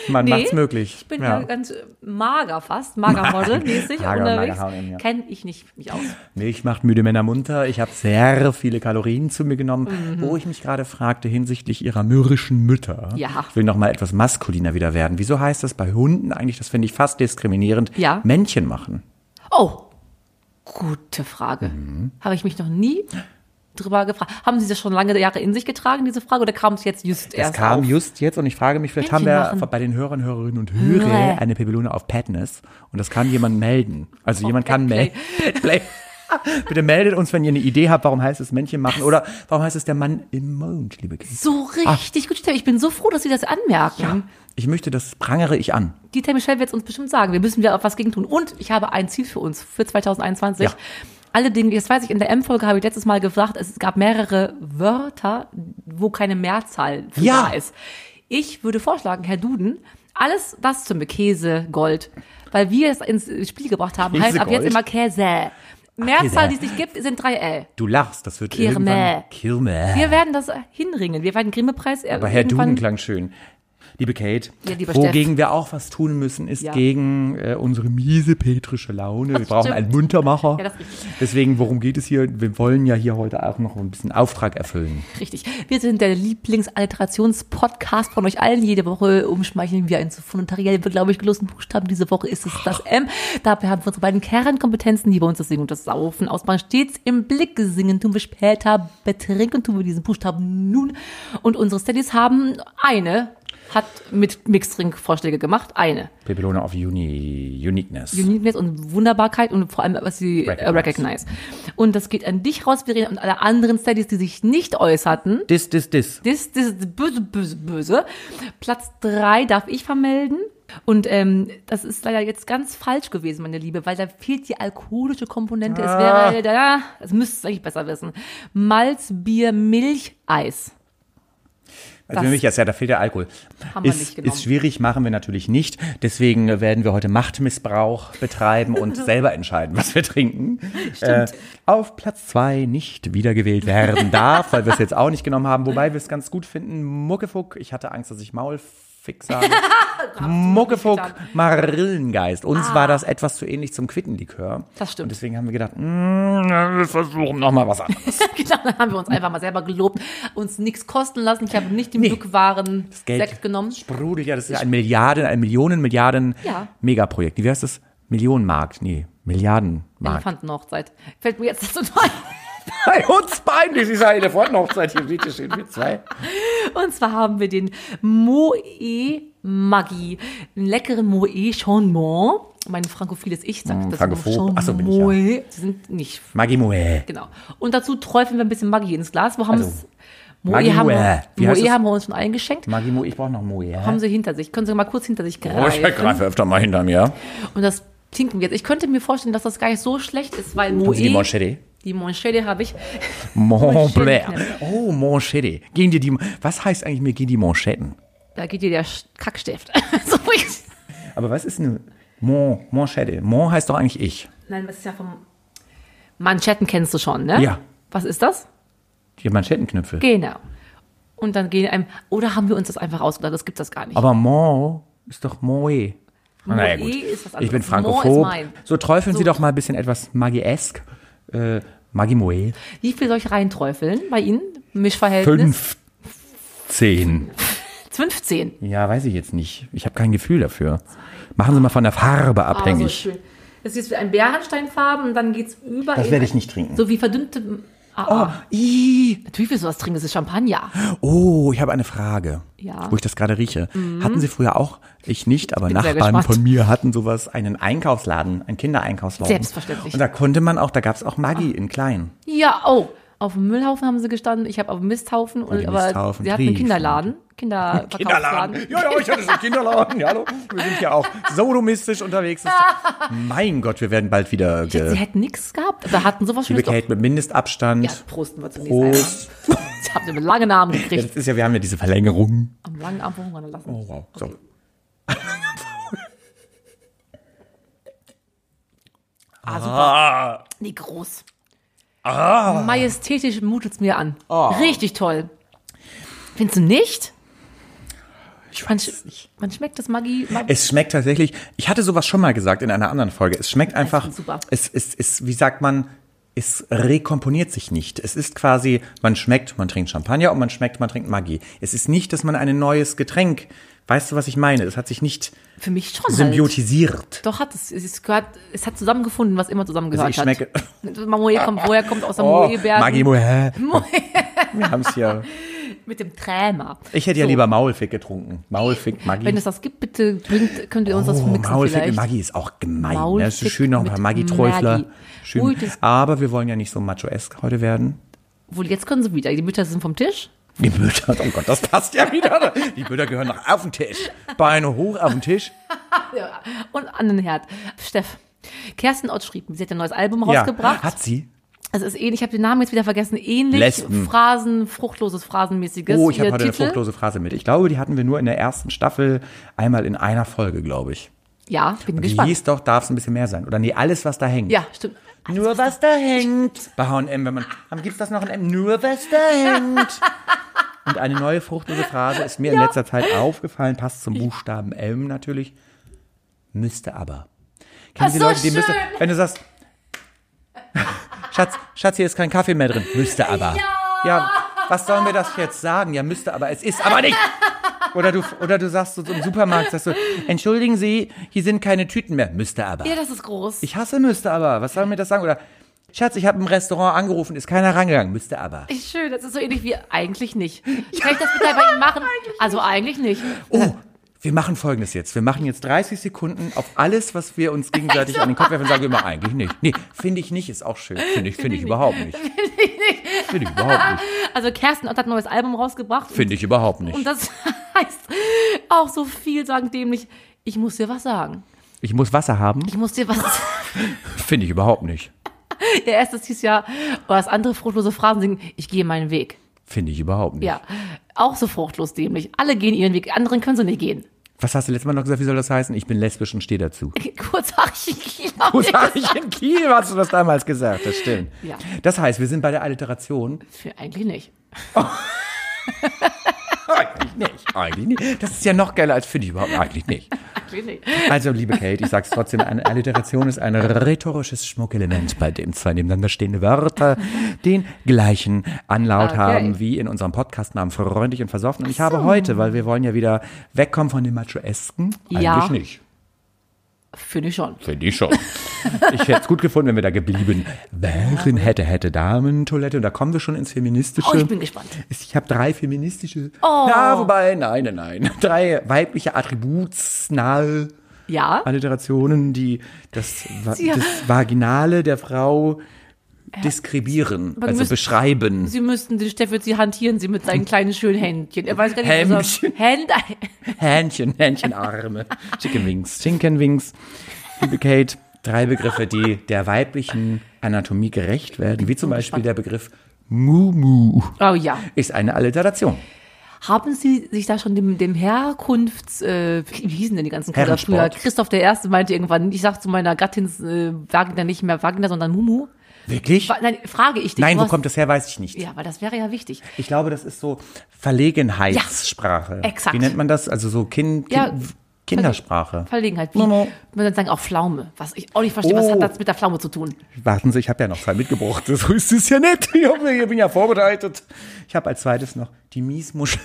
Speaker 2: Man
Speaker 1: Nee,
Speaker 2: macht's möglich.
Speaker 1: Ich bin
Speaker 2: ja.
Speaker 1: ja. ganz äh, mager fast, magermodel-mäßig
Speaker 2: Mager,
Speaker 1: unterwegs.
Speaker 2: mager Hauen, ja.
Speaker 1: Kenn ich nicht mich aus.
Speaker 2: Milch macht müde Männer munter. Ich habe sehr viele Kalorien zu mir genommen,
Speaker 1: Mhm.
Speaker 2: wo ich mich gerade fragte hinsichtlich ihrer mürrischen Mütter.
Speaker 1: Ja.
Speaker 2: Ich will noch mal etwas maskuliner wieder werden. Wieso heißt das bei Hunden eigentlich, das finde ich fast diskriminierend,
Speaker 1: Ja.
Speaker 2: Männchen machen?
Speaker 1: Oh, gute Frage.
Speaker 2: Mhm.
Speaker 1: Habe ich mich noch nie drüber gefragt. Haben Sie das schon lange Jahre in sich getragen, diese Frage, oder kam es jetzt just
Speaker 2: Das
Speaker 1: erst
Speaker 2: kam
Speaker 1: auf?
Speaker 2: just jetzt und ich frage mich, vielleicht
Speaker 1: Männchen
Speaker 2: haben wir
Speaker 1: machen.
Speaker 2: bei den Hörern, Hörerinnen und
Speaker 1: Hörer.
Speaker 2: Hörer eine Pebelone auf Patness und das kann jemand melden. Also jemand kann melden. Bitte meldet uns, wenn ihr eine Idee habt, warum heißt es Männchen machen oder warum heißt es der Mann im Mond, liebe Kinder.
Speaker 1: So richtig gut, Steff. Ich bin so froh, dass Sie das anmerken.
Speaker 2: Ich möchte, das prangere ich an.
Speaker 1: Dieter Michel wird es uns bestimmt sagen. Wir müssen wieder auf was gegen tun. Und ich habe ein Ziel für uns für 2021.
Speaker 2: Ja.
Speaker 1: Alle Dinge, das weiß ich, in der M-Folge habe ich letztes Mal gefragt, es gab mehrere Wörter, wo keine Mehrzahl für
Speaker 2: Ja.
Speaker 1: da ist. Ich würde vorschlagen, Herr Duden, alles das zum Käse, Gold, weil wir es ins Spiel gebracht haben, heißt ab jetzt
Speaker 2: Käsegold?
Speaker 1: immer Käse.
Speaker 2: Käse.
Speaker 1: Mehrzahl, die es nicht gibt, sind drei L.
Speaker 2: Du lachst, das wird
Speaker 1: Kirme.
Speaker 2: irgendwann... Kirme.
Speaker 1: Wir werden das hinringen. Wir werden Grimme-Preis
Speaker 2: Aber Herr Duden klang schön. Liebe Kate,
Speaker 1: Ja, lieber
Speaker 2: wogegen wir auch was tun müssen, ist
Speaker 1: Ja.
Speaker 2: gegen äh, unsere miese petrische Laune. Wir brauchen
Speaker 1: stimmt.
Speaker 2: einen Muntermacher.
Speaker 1: Ja, das ist richtig.
Speaker 2: Deswegen, worum geht es hier? Wir wollen ja hier heute auch noch ein bisschen Auftrag erfüllen.
Speaker 1: Richtig. Wir sind der Lieblingsaliterations-Podcast von euch allen. Jede Woche umschmeicheln wir einen zu fundamentariell, wir, glaube ich, gelosten Buchstaben. Diese Woche ist es das M. Dabei haben wir unsere beiden Kernkompetenzen, die bei uns das Singen und das Saufen ausmachen, stets im Blick. Singen tun wir später, betrinken tun wir diesen Buchstaben nun. Und unsere Steadies haben eine, hat mit Mixdrink-Vorschläge gemacht, eine.
Speaker 2: Pepelone auf Uni Uniqueness.
Speaker 1: Uniqueness und Wunderbarkeit und vor allem, was sie äh,
Speaker 2: Recognize.
Speaker 1: recognize. Und das geht an dich raus, Verena, und alle anderen Steadies, die sich nicht äußerten.
Speaker 2: dis, dis, dis.
Speaker 1: Das, das ist böse, böse, böse. Platz drei darf ich vermelden. Und ähm, das ist leider jetzt ganz falsch gewesen, meine Liebe, weil da fehlt die alkoholische Komponente. Es wäre, da, das müsstest du eigentlich besser wissen. Malz, Bier, Milch, Eis.
Speaker 2: Also für mich ist ja, da fehlt der Alkohol.
Speaker 1: Haben wir nicht
Speaker 2: Ist,
Speaker 1: genommen.
Speaker 2: ist schwierig, machen wir natürlich nicht. Deswegen äh, werden wir heute Machtmissbrauch betreiben und selber entscheiden, was wir trinken. Äh, auf Platz zwei nicht wiedergewählt werden darf, weil wir es jetzt auch nicht genommen haben. Wobei wir es ganz gut finden. Muckefuck, ich hatte Angst, dass ich Maulfick sage. Muckefuck, Marillengeist. Uns war das etwas zu ähnlich zum Quittenlikör.
Speaker 1: Ah. Das stimmt.
Speaker 2: Und deswegen haben wir gedacht, mm, wir versuchen nochmal was anderes.
Speaker 1: genau, dann haben wir uns einfach mal selber gelobt, uns nichts kosten lassen. Ich habe nicht den Glückwaren Sekt genommen.
Speaker 2: sprudelt ja, das ist ja ein Milliarden, ein Millionen, Milliarden
Speaker 1: Ja.
Speaker 2: Megaprojekt. Wie heißt das? Millionenmarkt, nee, Milliardenmarkt.
Speaker 1: Elefantenhochzeit. Fällt mir jetzt so ein.
Speaker 2: Bei uns beiden, das ist eine Elefantenhochzeit, hier steht, hier stehen wir zwei.
Speaker 1: Und zwar haben wir den Moe Maggi, einen leckeren Moe Chandon. Mein frankophiles Ich sagt das
Speaker 2: Mm, frankophob.
Speaker 1: Chandon.
Speaker 2: Ach so, bin ich ja.
Speaker 1: Moe. Sie sind nicht,
Speaker 2: Magimue.
Speaker 1: genau. Und dazu träufeln wir ein bisschen Maggi ins Glas. Wo haben
Speaker 2: Also,
Speaker 1: es? Moe
Speaker 2: Maggi
Speaker 1: haben,
Speaker 2: Moe.
Speaker 1: wir,
Speaker 2: Wie heißt
Speaker 1: Moe
Speaker 2: es?
Speaker 1: haben wir uns schon eingeschenkt.
Speaker 2: Magimue, ich brauche noch Moe.
Speaker 1: Haben sie hinter sich. Können sie mal kurz hinter sich
Speaker 2: Oh,
Speaker 1: greifen.
Speaker 2: öfter mal hinter mir.
Speaker 1: Und das tinken wir jetzt. Ich könnte mir vorstellen, dass das gar nicht so schlecht ist, weil Moe...
Speaker 2: Sie die Manchette?
Speaker 1: Die Manchette habe ich.
Speaker 2: Mont
Speaker 1: Manchetten
Speaker 2: Blair.
Speaker 1: knallen.
Speaker 2: Oh, Manchette. Gehen dir die, was heißt eigentlich, mir gehen die Manchetten?
Speaker 1: Da geht dir der Sch- Kackstift. so, ich,
Speaker 2: Aber was ist eine Mont, Manchette? Mont heißt doch eigentlich ich.
Speaker 1: Nein, das ist ja vom. Manschetten kennst du schon, ne?
Speaker 2: Ja.
Speaker 1: Was ist das?
Speaker 2: Die Manschettenknöpfe.
Speaker 1: Genau. Und dann gehen einem, oder haben wir uns das einfach ausgedacht? Das gibt das gar nicht.
Speaker 2: Aber Mo ist doch Moe. Naja,
Speaker 1: Moe
Speaker 2: gut.
Speaker 1: ist was anderes.
Speaker 2: ich bin
Speaker 1: Mo
Speaker 2: frankophob.
Speaker 1: ist mein.
Speaker 2: So träufeln Sie doch mal ein bisschen etwas Magiesk. Äh, Magie Moe.
Speaker 1: Wie viel soll ich reinträufeln bei Ihnen? Mischverhältnis?
Speaker 2: 15.
Speaker 1: 15.
Speaker 2: Ja, weiß ich jetzt nicht. Ich habe kein Gefühl dafür. Machen Sie mal von der Farbe abhängig.
Speaker 1: schön. Das ist jetzt ein Bernsteinfarben und dann geht's über.
Speaker 2: Das
Speaker 1: in
Speaker 2: werde ich
Speaker 1: ein-
Speaker 2: nicht trinken. Oh.
Speaker 1: So wie verdünnte. Ah, ah.
Speaker 2: Ih.
Speaker 1: Natürlich willst du was trinken, das ist Champagner.
Speaker 2: Oh, ich habe eine Frage,
Speaker 1: Ja. Mhm.
Speaker 2: wo ich das gerade rieche. Hatten Sie früher auch, ich nicht, aber
Speaker 1: bin sehr
Speaker 2: Nachbarn
Speaker 1: gespannt.
Speaker 2: von mir hatten sowas, einen Einkaufsladen, einen Kindereinkaufsladen.
Speaker 1: Selbstverständlich. Ah.
Speaker 2: Und da konnte man auch, da gab es auch Maggi in klein.
Speaker 1: Ja, oh. Auf dem Müllhaufen haben sie gestanden. Ich habe auf dem Misthaufen. Und,
Speaker 2: die
Speaker 1: aber
Speaker 2: Misthaufen
Speaker 1: sie hatten einen
Speaker 2: riefen.
Speaker 1: Kinderladen. Kinderverkaufsladen.
Speaker 2: Ja, ja, ich hatte so einen Kinderladen. Ja, hallo. Wir sind ja auch sodomistisch unterwegs. Das- Mein Gott, wir werden bald wieder
Speaker 1: Ich dachte, Sie
Speaker 2: ge
Speaker 1: hätten nichts gehabt. Da hatten sowas
Speaker 2: liebe
Speaker 1: Schönes. Doch-
Speaker 2: Kate, mit Mindestabstand.
Speaker 1: Ja, prosten wir zunächst einmal.
Speaker 2: Prost.
Speaker 1: Sie haben einen langen Namen
Speaker 2: Ja,
Speaker 1: gekriegt.
Speaker 2: das ist ja, wir haben ja diese Verlängerung.
Speaker 1: Am langen Arm verhungern lassen.
Speaker 2: Oh, wow. So.
Speaker 1: Ah, super.
Speaker 2: Ah,
Speaker 1: Nee, groß.
Speaker 2: ah.
Speaker 1: Majestätisch mutet's mir an. Richtig toll. Findest du nicht?
Speaker 2: Ich
Speaker 1: Man,
Speaker 2: weiß
Speaker 1: sch
Speaker 2: es nicht.
Speaker 1: man schmeckt das Maggi. Maggi.
Speaker 2: Es schmeckt tatsächlich, ich hatte sowas schon mal gesagt in einer anderen Folge. Es schmeckt einfach,
Speaker 1: klingt super.
Speaker 2: es ist, es, wie sagt man, es rekomponiert sich nicht. Es ist quasi, man schmeckt, man trinkt Champagner und man schmeckt, man trinkt Maggi. Es ist nicht, dass man ein neues Getränk, weißt du, was ich meine? Es hat sich nicht
Speaker 1: Für mich schon halt.
Speaker 2: symbiotisiert.
Speaker 1: Doch hat es, es gehört, es hat zusammengefunden, was immer zusammengehört
Speaker 2: Also ich schmecke-
Speaker 1: hat. Mamoe kommt, woher kommt aus der
Speaker 2: Oh,
Speaker 1: Moeberg?
Speaker 2: Maggi, Moe. Wir haben's hier.
Speaker 1: Mit dem Trämer.
Speaker 2: Ich hätte ja
Speaker 1: So.
Speaker 2: lieber Maulfick getrunken. Maulfick, Maggi.
Speaker 1: Wenn es das gibt, bitte bringt, könnt ihr uns das
Speaker 2: Oh,
Speaker 1: mixen
Speaker 2: Maulfick mit
Speaker 1: vielleicht.
Speaker 2: Maggi ist auch gemein. ne? Das ist
Speaker 1: Maulfick
Speaker 2: schön noch ein paar
Speaker 1: mit
Speaker 2: Maggi-Träufler.
Speaker 1: Maggi.
Speaker 2: Schön.
Speaker 1: Ui, das-
Speaker 2: Aber wir wollen ja nicht so macho-esk heute werden.
Speaker 1: Wohl, jetzt können sie wieder. Die Mütter sind vom Tisch.
Speaker 2: Die Bilder, oh Gott, das passt ja wieder. Die Bilder gehören noch auf den Tisch. Beine hoch auf den Tisch.
Speaker 1: Ja. Und an den Herd. Steff. Kerstin Ott schrieb, sie hat ein neues Album
Speaker 2: Ja,
Speaker 1: rausgebracht.
Speaker 2: hat sie.
Speaker 1: Also es ist ähnlich, ich habe den Namen jetzt wieder vergessen, ähnlich
Speaker 2: Lesben.
Speaker 1: Phrasen, fruchtloses, phrasenmäßiges.
Speaker 2: Oh, ich habe
Speaker 1: ihr
Speaker 2: heute eine
Speaker 1: Titel.
Speaker 2: fruchtlose Phrase mit. Ich glaube, die hatten wir nur in der ersten Staffel einmal in einer Folge, glaube ich.
Speaker 1: Ja, bin
Speaker 2: Die
Speaker 1: gespannt.
Speaker 2: hieß doch, darf es ein bisschen mehr sein. Oder nee, alles, was da hängt.
Speaker 1: Ja, stimmt.
Speaker 2: Nur was da hängt. Bei H&M, wenn man, am gibt's das noch in M? Nur was da hängt. Und eine neue fruchtlose Phrase ist mir in letzter Zeit aufgefallen, passt zum Buchstaben M natürlich. Müsste aber. Kennen
Speaker 1: Ach,
Speaker 2: Sie
Speaker 1: so
Speaker 2: Leute, die müsste,
Speaker 1: schön.
Speaker 2: wenn du sagst, Schatz, Schatz, hier ist kein Kaffee mehr drin. Müsste aber. Ja, was sollen wir das jetzt sagen? Ja, müsste aber, es ist aber nicht. Oder du, oder du sagst so im Supermarkt, sagst du, entschuldigen Sie, hier sind keine Tüten mehr. Müsste aber.
Speaker 1: Ja, das ist groß.
Speaker 2: Ich hasse müsste aber. Was soll mir das sagen? Oder Schatz, ich habe im Restaurant angerufen, ist keiner rangegangen. Müsste aber.
Speaker 1: Ist Schön, das ist so ähnlich wie eigentlich nicht. Kann ich das bitte bei Ihnen machen? also eigentlich nicht.
Speaker 2: Oh, wir machen folgendes jetzt. Wir machen jetzt 30 Sekunden auf alles, was wir uns gegenseitig an den Kopf werfen und sagen immer eigentlich nicht. Nee, finde ich nicht, ist auch schön. Finde ich, finde ich überhaupt nicht. Finde ich überhaupt nicht.
Speaker 1: Also Kerstin Ott hat ein neues Album rausgebracht.
Speaker 2: Finde ich überhaupt
Speaker 1: Und
Speaker 2: nicht.
Speaker 1: das heißt auch so viel sagen dämlich, ich muss dir was sagen.
Speaker 2: Ich muss Wasser haben.
Speaker 1: Ich muss dir was sagen.
Speaker 2: Finde ich überhaupt nicht.
Speaker 1: Ihr erstes hieß ja, oder das andere fruchtlose Phrasen singen, ich gehe meinen Weg.
Speaker 2: Finde ich überhaupt nicht.
Speaker 1: Ja, auch so fruchtlos dämlich. Alle gehen ihren Weg, anderen können so nicht gehen.
Speaker 2: Was hast du letztes Mal noch gesagt? Wie soll das heißen? Ich bin lesbisch und stehe dazu.
Speaker 1: Kurz habe ich in Kiel auf
Speaker 2: Was
Speaker 1: den
Speaker 2: habe ich in Kiel? Hast du das damals gesagt? Das stimmt.
Speaker 1: Ja.
Speaker 2: Das heißt, wir sind bei der Alliteration.
Speaker 1: Für eigentlich nicht.
Speaker 2: Eigentlich nicht. Eigentlich nicht. Das ist ja noch geiler als finde ich überhaupt eigentlich nicht.
Speaker 1: Eigentlich nicht.
Speaker 2: Also, liebe Kate, ich sag's trotzdem, eine Alliteration ist ein rhetorisches Schmuckelement, bei dem zwei nebeneinander stehende Wörter den gleichen Anlaut
Speaker 1: Okay.
Speaker 2: haben wie in unserem Podcastnamen Freundlich und Versoffen. Und ich habe heute, weil wir wollen ja wieder wegkommen von dem Macho-Esken, eigentlich
Speaker 1: Ja.
Speaker 2: nicht.
Speaker 1: Finde ich schon.
Speaker 2: Finde ich schon. Ich hätte es gut gefunden, wenn wir da geblieben wären. Hätte, hätte Damen-Toilette. Und da kommen wir schon ins Feministische.
Speaker 1: Oh, ich bin gespannt.
Speaker 2: Ich habe drei feministische.
Speaker 1: Oh.
Speaker 2: Ja, wobei, nein, nein, nein. Drei weibliche attributsnahe
Speaker 1: Ja,
Speaker 2: Alliterationen, die das, Va-
Speaker 1: Sie-
Speaker 2: das Vaginale der Frau diskribieren,
Speaker 1: wir
Speaker 2: also
Speaker 1: müssen-
Speaker 2: beschreiben.
Speaker 1: Sie müssten den Steffi, Sie hantieren Sie mit seinen kleinen schönen Händchen. Er weiß gar nicht, was er- Händ,
Speaker 2: Hähnchen, Hähnchenarme, Chicken Wings, Chicken Wings. Liebe Kate, drei Begriffe, die der weiblichen Anatomie gerecht werden, wie zum Beispiel der Begriff Mumu
Speaker 1: Oh ja.
Speaker 2: ist eine Alliteration.
Speaker 1: Haben Sie sich da schon dem, dem Herkunfts, äh, wie hießen denn die ganzen Kinder
Speaker 2: Herrensport.
Speaker 1: früher? Christoph der Erste meinte irgendwann, ich sag zu meiner Gattin, äh, Wagner nicht mehr Wagner, sondern Mumu.
Speaker 2: Wirklich?
Speaker 1: Wa- Nein, frage ich dich.
Speaker 2: Nein,
Speaker 1: Du
Speaker 2: wo
Speaker 1: hast-
Speaker 2: kommt das her, weiß ich nicht.
Speaker 1: Ja, weil das wäre ja wichtig.
Speaker 2: Ich glaube, das ist so Verlegenheitssprache.
Speaker 1: Ja, exakt.
Speaker 2: Wie nennt man das? Also so kind, kind,
Speaker 1: Ja,
Speaker 2: Kindersprache.
Speaker 1: Verlegenheit. halt Wie,
Speaker 2: Nono.
Speaker 1: Man kann sagen auch Pflaume, was ich auch nicht verstehe. Was
Speaker 2: Oh.
Speaker 1: hat das mit der Pflaume zu tun?
Speaker 2: Warten Sie, ich habe ja noch zwei mitgebracht. So ist es ja nicht. Ich, hab, ich bin ja vorbereitet. Ich habe als zweites noch die Miesmuschel.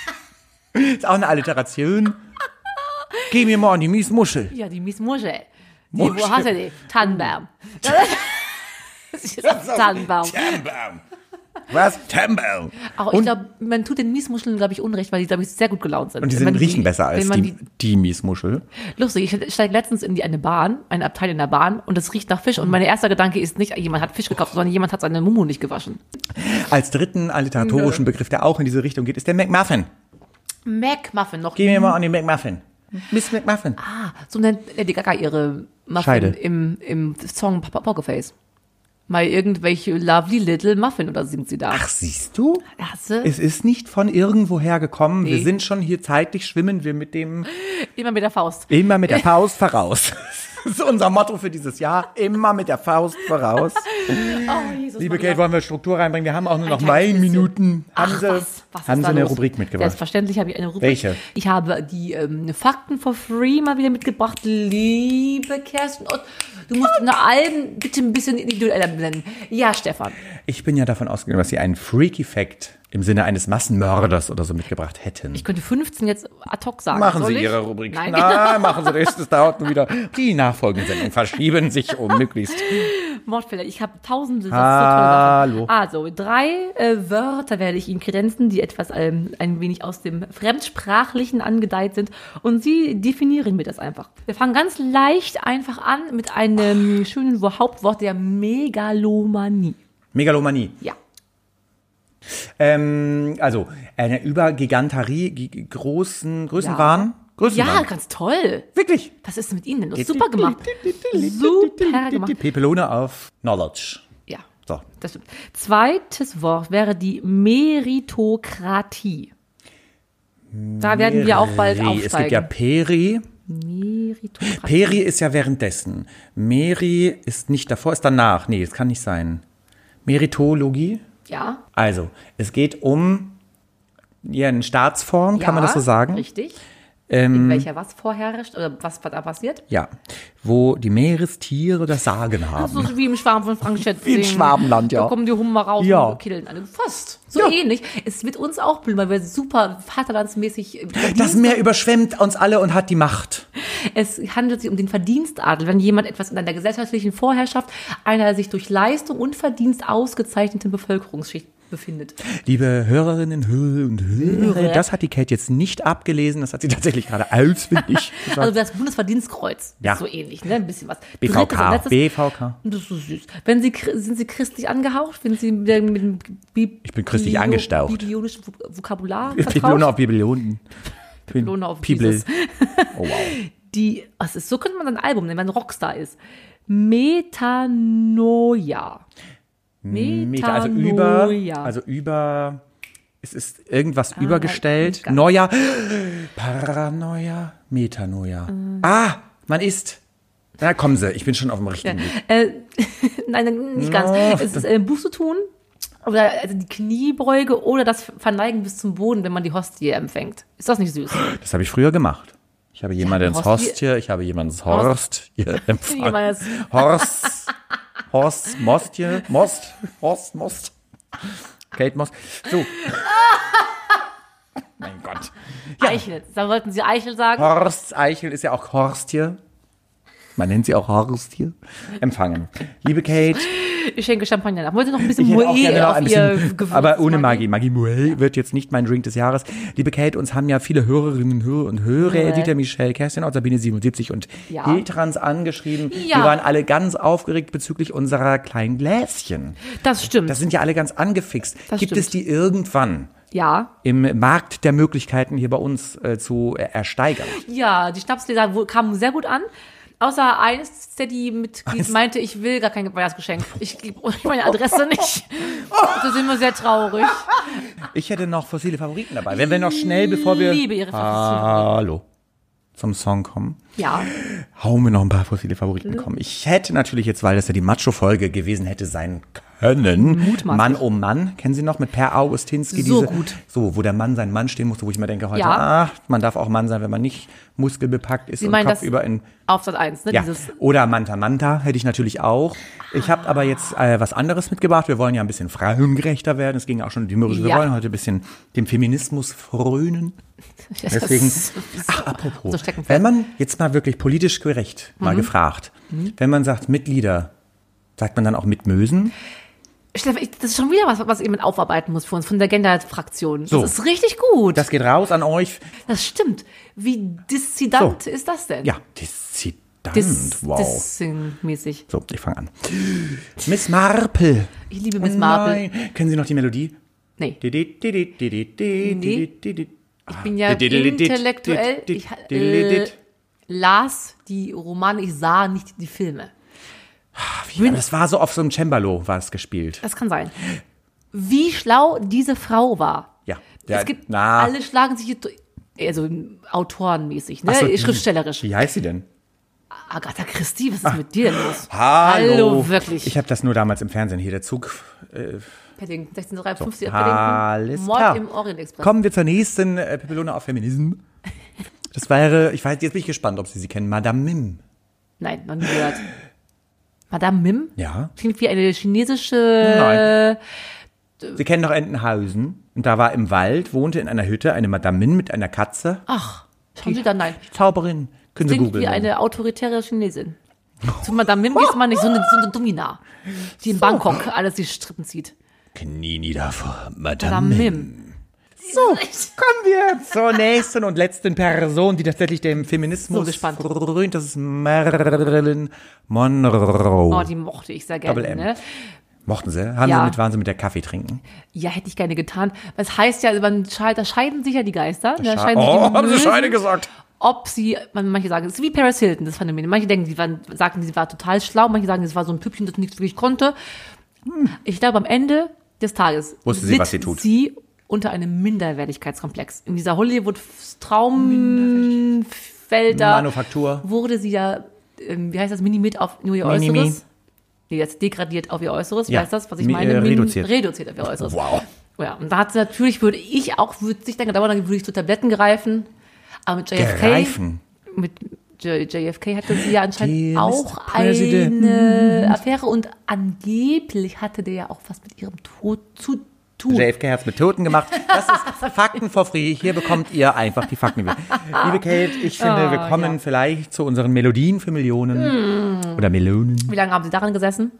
Speaker 2: ist auch eine Alliteration. Geh mir mal an die Miesmuschel.
Speaker 1: Ja, die Miesmuschel. Die,
Speaker 2: Muschel.
Speaker 1: wo hast du die? Tannenbaum. Das ist jetzt Tannenbaum.
Speaker 2: Tambaum. Was? Tambaum.
Speaker 1: Auch ich
Speaker 2: Und,
Speaker 1: glaube, man tut den Miesmuscheln, glaube ich, Unrecht, weil die, glaube ich, sehr gut gelaunt sind.
Speaker 2: und die
Speaker 1: Wenn man
Speaker 2: sind, riechen besser als
Speaker 1: wenn man
Speaker 2: die, die Miesmuschel.
Speaker 1: Lustig, ich steige letztens in die, eine Bahn, ein Abteil in der Bahn und es riecht nach Fisch.
Speaker 2: Mhm.
Speaker 1: Und mein erster Gedanke ist nicht, jemand hat Fisch gekauft, sondern jemand hat seine Mumu nicht gewaschen.
Speaker 2: Als dritten alliteratorischen Begriff, der auch in diese Richtung geht, ist der McMuffin.
Speaker 1: McMuffin noch.
Speaker 2: Geh mir mal an den McMuffin. Miss McMuffin.
Speaker 1: Ah, so nennt Lady Gaga ihre Muffin
Speaker 2: Scheide.
Speaker 1: im, im Song Pa- Pa- Pokerface. Mal irgendwelche Lovely Little Muffin oder singt sie da.
Speaker 2: Ach, siehst du?
Speaker 1: Hasse.
Speaker 2: Es ist nicht von irgendwoher gekommen. Wir
Speaker 1: Äh? Nee.
Speaker 2: sind schon hier zeitlich schwimmen wir mit dem
Speaker 1: Immer mit der Faust.
Speaker 2: immer mit der Faust voraus. Das ist unser Motto für dieses Jahr. Immer mit der Faust voraus.
Speaker 1: Oh, Jesus,
Speaker 2: Liebe
Speaker 1: Mann,
Speaker 2: Kate,
Speaker 1: Mann.
Speaker 2: wollen wir Struktur reinbringen? Wir haben auch nur noch
Speaker 1: kleines
Speaker 2: neun
Speaker 1: bisschen.
Speaker 2: Minuten. Haben
Speaker 1: Ach,
Speaker 2: Sie,
Speaker 1: was, was ist
Speaker 2: haben
Speaker 1: da
Speaker 2: Sie eine
Speaker 1: los?
Speaker 2: Rubrik mitgebracht?
Speaker 1: Selbstverständlich habe ich eine Rubrik.
Speaker 2: Welche?
Speaker 1: Ich habe die ähm, Fakten for Free mal wieder mitgebracht. Liebe Kerstin, Ott, du musst nach allem bitte ein bisschen individueller blenden. Ja, Stefan.
Speaker 2: Ich bin ja davon ausgegangen, dass Sie einen Freak-Effekt im Sinne eines Massenmörders oder so mitgebracht hätten.
Speaker 1: Ich könnte 15 jetzt ad hoc sagen.
Speaker 2: Machen
Speaker 1: Soll
Speaker 2: Sie
Speaker 1: ich?
Speaker 2: Ihre Rubrik.
Speaker 1: Nein.
Speaker 2: Nein, machen Sie das. Das dauert nur wieder. Die nachfolgenden Sendungen verschieben sich um möglichst.
Speaker 1: Mordfälle. Ich habe tausende. Das ist so tolle Sachen.
Speaker 2: Hallo.
Speaker 1: Also, drei äh, Wörter werde ich Ihnen kredenzen, die etwas ähm, ein wenig aus dem Fremdsprachlichen angedeiht sind. Und Sie definieren mir das einfach. Wir fangen ganz leicht einfach an mit
Speaker 2: Ah.
Speaker 1: einem schönen Wo- Hauptwort der Megalomanie.
Speaker 2: Megalomanie.
Speaker 1: Ja.
Speaker 2: Ähm, also, eine Übergigantarie, gi- gi- großen, Größenwahn.
Speaker 1: Ja,
Speaker 2: Größenwahn.
Speaker 1: ganz toll.
Speaker 2: Wirklich.
Speaker 1: Was ist denn mit Ihnen denn? los? Super gemacht. Super gemacht.
Speaker 2: Die Pepelone auf Knowledge.
Speaker 1: Ja.
Speaker 2: So.
Speaker 1: Das stimmt. Zweites Wort wäre die Meritokratie. Da werden wir auch bald
Speaker 2: Peri.
Speaker 1: aufsteigen.
Speaker 2: Es gibt ja Peri.
Speaker 1: Meritokratie.
Speaker 2: Peri ist ja währenddessen. Meri ist nicht davor, ist danach. Nee, das kann nicht sein. Meritologie?
Speaker 1: Ja.
Speaker 2: Also, es geht um ja, eine Staatsform, kann man
Speaker 1: ja,
Speaker 2: das so sagen? Ähm,
Speaker 1: Richtig. In welcher was vorherrscht oder was da passiert?
Speaker 2: Ja. Wo die Meerestiere das Sagen haben.
Speaker 1: So wie im Schwarm von Frank Schätzing.
Speaker 2: im Schwabenland, ja.
Speaker 1: Da kommen die Hummer raus
Speaker 2: Ja.
Speaker 1: und killen alle. Fast. So
Speaker 2: Ja.
Speaker 1: ähnlich. Es wird uns auch blühen, weil wir super vaterlandsmäßig. äh,
Speaker 2: Das Meer überschwemmt uns alle und hat die Macht.
Speaker 1: Es handelt sich um den Verdienstadel. Wenn jemand etwas in einer gesellschaftlichen Vorherrschaft einer sich durch Leistung und Verdienst ausgezeichneten Bevölkerungsschicht befindet.
Speaker 2: Liebe Hörerinnen Hörer und Hörer, das hat die Kate jetzt nicht abgelesen, das hat sie tatsächlich gerade auswendig gesagt.
Speaker 1: Also das Bundesverdienstkreuz.
Speaker 2: Ja.
Speaker 1: Ist so ähnlich, ne? Ein bisschen was.
Speaker 2: BVK,
Speaker 1: Drittes und letztes-
Speaker 2: BVK.
Speaker 1: Das ist so süß. Wenn Sie, chri- sind Sie christlich angehaucht? Wenn Sie mit dem- mit dem Bi
Speaker 2: Ich bin christlich angestaucht.
Speaker 1: biblionischen Vok- Vokabular
Speaker 2: Piblone
Speaker 1: vertraut?
Speaker 2: auf Bibelionen.
Speaker 1: Piblone auf
Speaker 2: Pibel.
Speaker 1: Jesus.
Speaker 2: Oh wow.
Speaker 1: Die, oh, es ist, so könnte man ein Album nennen, wenn man Rockstar ist. Metanoia.
Speaker 2: Mega, also über,
Speaker 1: Metanoia.
Speaker 2: also über, es ist irgendwas übergestellt.
Speaker 1: egal.
Speaker 2: Neuer, Paranoia, Metanoia. Ah, man ist. Na kommen Sie, ich bin schon auf dem richtigen Weg.
Speaker 1: Äh, nein, nein, nicht ganz.
Speaker 2: Oh.
Speaker 1: Es ist äh, Buße tun oder also die Kniebeuge oder das Verneigen bis zum Boden, wenn man die Hostie empfängt. Ist das nicht süß?
Speaker 2: Das habe ich früher gemacht. Ich habe jemanden ins
Speaker 1: Horst-
Speaker 2: Horst hier, ich habe jemanden ins Horst hier empfangen.
Speaker 1: Jemals.
Speaker 2: Horst, Horst, Most hier, Most, Horst, Most. Kate Most. So. mein Gott.
Speaker 1: Eichel. Da wollten sie Eichel sagen.
Speaker 2: Horst Eichel ist ja auch Horst hier. Man nennt sie auch Horst hier. Empfangen. Liebe Kate,
Speaker 1: Ich schenke Champagner nach. Wollte noch ein bisschen
Speaker 2: ich hätte auch
Speaker 1: Moe
Speaker 2: gerne noch
Speaker 1: auf
Speaker 2: ein
Speaker 1: ihr
Speaker 2: bisschen,
Speaker 1: Gewürz
Speaker 2: aber ohne
Speaker 1: machen.
Speaker 2: Maggi. Maggi Muell wird jetzt nicht mein Drink des Jahres. Liebe Kate, uns haben ja viele Hörerinnen und Hörer und Hörer,
Speaker 1: Muell.
Speaker 2: Dieter Michel, Kerstin Ott, Sabine 77 und
Speaker 1: Ja.
Speaker 2: Hiltrans angeschrieben.
Speaker 1: Ja.
Speaker 2: Die waren alle ganz aufgeregt bezüglich unserer kleinen Gläschen.
Speaker 1: Das stimmt.
Speaker 2: Das sind ja alle ganz angefixt.
Speaker 1: Das
Speaker 2: Gibt
Speaker 1: stimmt.
Speaker 2: es die irgendwann
Speaker 1: ja.
Speaker 2: im Markt der Möglichkeiten hier bei uns äh, zu äh, ersteigern?
Speaker 1: Ja, die Schnapsgläser wo- kamen sehr gut an. Außer ein Steady-Mitglied
Speaker 2: Eins.
Speaker 1: meinte, ich will gar kein Weihnachtsgeschenk. Ich gebe euch meine Adresse nicht. Da sind wir sehr traurig.
Speaker 2: Ich hätte noch fossile Favoriten dabei. Wenn wir noch schnell, bevor wir
Speaker 1: Liebe ihre Favoriten.
Speaker 2: Ah. Hallo zum Song kommen.
Speaker 1: Ja.
Speaker 2: hau mir noch ein paar fossile Favoriten kommen. Ich hätte natürlich jetzt, weil das ja die Macho-Folge gewesen hätte sein können.
Speaker 1: Mutmaßlich.
Speaker 2: Mann oh Mann, kennen Sie noch mit Per Augustinski?
Speaker 1: So
Speaker 2: diese,
Speaker 1: gut.
Speaker 2: So, wo der Mann sein Mann stehen musste, wo ich mir denke heute,
Speaker 1: Ja.
Speaker 2: ach, man darf auch Mann sein, wenn man nicht muskelbepackt ist
Speaker 1: Sie
Speaker 2: und
Speaker 1: meinen das-
Speaker 2: kopfüber in
Speaker 1: Auf Sat 1, ne?
Speaker 2: ja,
Speaker 1: Dieses,
Speaker 2: oder Manta Manta hätte ich natürlich auch. Ich habe aber jetzt äh, was anderes mitgebracht. Wir wollen ja ein bisschen frauengerechter werden. Es ging auch schon um die Mürrische. Wir
Speaker 1: Ja.
Speaker 2: wollen heute ein bisschen dem Feminismus frönen. Deswegen, ach, apropos,
Speaker 1: So Steckenpferd.
Speaker 2: wenn man jetzt mal wirklich politisch gerecht mal
Speaker 1: Mhm.
Speaker 2: gefragt, wenn man sagt Mitglieder, sagt man dann auch Mitmösen?
Speaker 1: Stefan, ich, das ist schon wieder was, was jemand aufarbeiten muss für uns, von der Gender-Fraktion.
Speaker 2: So.
Speaker 1: Das ist richtig gut. Das,
Speaker 2: Das geht raus an euch.
Speaker 1: stimmt. Wie dissident
Speaker 2: So.
Speaker 1: ist das denn?
Speaker 2: Ja, Dissident,
Speaker 1: Dis,
Speaker 2: wow.
Speaker 1: mäßig
Speaker 2: so, ich fange an. Miss Marple.
Speaker 1: Ich liebe Miss Marple.
Speaker 2: Oh Nein. Kennen Sie noch die Melodie?
Speaker 1: Nee.
Speaker 2: Ich
Speaker 1: Ich bin ja intellektuell. Ich ha- äh, las die Romane, ich sah nicht die Filme.
Speaker 2: Das war so auf so einem Cembalo war es gespielt.
Speaker 1: Das kann sein. Wie schlau diese Frau war.
Speaker 2: Ja.
Speaker 1: es gibt
Speaker 2: na,
Speaker 1: alle schlagen sich hier durch- also autorenmäßig, ne?
Speaker 2: Ach so,
Speaker 1: schriftstellerisch.
Speaker 2: Wie heißt sie denn?
Speaker 1: Agatha Christie, was ist mit dir denn los?
Speaker 2: Ah. Hallo.
Speaker 1: wirklich.
Speaker 2: Ich habe das nur damals im Fernsehen hier. Der Zug. Äh,
Speaker 1: Paddington 1653
Speaker 2: alles
Speaker 1: Paddington. Mord
Speaker 2: klar.
Speaker 1: im Orient Express.
Speaker 2: Kommen wir zur nächsten äh, Pepelone auf Feminism. Das wäre, ich weiß, jetzt bin ich gespannt, ob Sie sie kennen. Madame Mim.
Speaker 1: Nein, noch nie gehört. Madame Mim?
Speaker 2: Ja.
Speaker 1: Klingt wie eine chinesische.
Speaker 2: Sie kennen doch Entenhausen. Und da war im Wald, wohnte in einer Hütte eine Madame Mim mit einer Katze.
Speaker 1: Ach, schauen Sie da, nein.
Speaker 2: Zauberin. Können Sie
Speaker 1: Klingt
Speaker 2: googeln.
Speaker 1: wie eine autoritäre Chinesin. Zu Madame Mim gehst du mal nicht, so eine, so eine Domina, die in Bangkok alles die Strippen zieht.
Speaker 2: Knie nieder vor
Speaker 1: Madame
Speaker 2: Madame.
Speaker 1: Mim.
Speaker 2: So, kommen wir zur nächsten und letzten Person, die tatsächlich dem
Speaker 1: So
Speaker 2: Feminismus
Speaker 1: gespannt.
Speaker 2: frönt. Das ist Marilyn Monroe.
Speaker 1: Oh, die mochte ich sehr
Speaker 2: Double
Speaker 1: gerne.
Speaker 2: M.
Speaker 1: Ne?
Speaker 2: Mochten sie? Haben
Speaker 1: Ja.
Speaker 2: sie mit, waren sie mit der Kaffee trinken?
Speaker 1: Ja, hätte ich gerne getan. Das heißt ja, man sche- da scheiden sich ja die Geister. Da
Speaker 2: Scha-
Speaker 1: scheiden sich die
Speaker 2: oh, haben sie
Speaker 1: Möwen.
Speaker 2: Scheide gesagt.
Speaker 1: ob sie, man- manche sagen, es ist wie Paris Hilton, das Phänomen. Manche denken, sie waren, sagten, sie war total schlau, manche sagen, es war so ein Püppchen, das nichts wirklich konnte. Ich glaube, am Ende des Tages
Speaker 2: Hm. Wusste sie,
Speaker 1: litt
Speaker 2: was sie tut.
Speaker 1: sie unter einem Minderwertigkeitskomplex. In dieser Hollywood-Traumfelder
Speaker 2: Manufaktur.
Speaker 1: wurde sie ja, ähm, wie heißt das, minimiert auf nur ihr
Speaker 2: Minimi.
Speaker 1: Äußeres. Nee, jetzt degradiert auf ihr Äußeres,
Speaker 2: Ja.
Speaker 1: weißt du das, was ich
Speaker 2: Mi-
Speaker 1: meine?
Speaker 2: äh,
Speaker 1: Min-
Speaker 2: reduziert.
Speaker 1: Reduziert auf ihr Äußeres.
Speaker 2: Wow.
Speaker 1: Ja, und da hat sie natürlich, würde ich auch, würde sich dann gedauert, dann würde ich zu Tabletten greifen. Aber mit JFK.
Speaker 2: Greifen.
Speaker 1: Mit J JFK hatte sie ja anscheinend
Speaker 2: Die Mr.
Speaker 1: auch
Speaker 2: President. Mhm.
Speaker 1: eine Affäre und angeblich hatte der ja auch was mit ihrem Tod zu tun.
Speaker 2: JFK hat's mit Toten gemacht. Das ist Fakten for free. Hier bekommt ihr einfach die Fakten. Liebe Liebe Kate, ich finde,
Speaker 1: Oh,
Speaker 2: wir kommen vielleicht zu unseren Melodien für Millionen.
Speaker 1: Hm.
Speaker 2: Oder Melonen.
Speaker 1: Wie lange haben sie daran gesessen?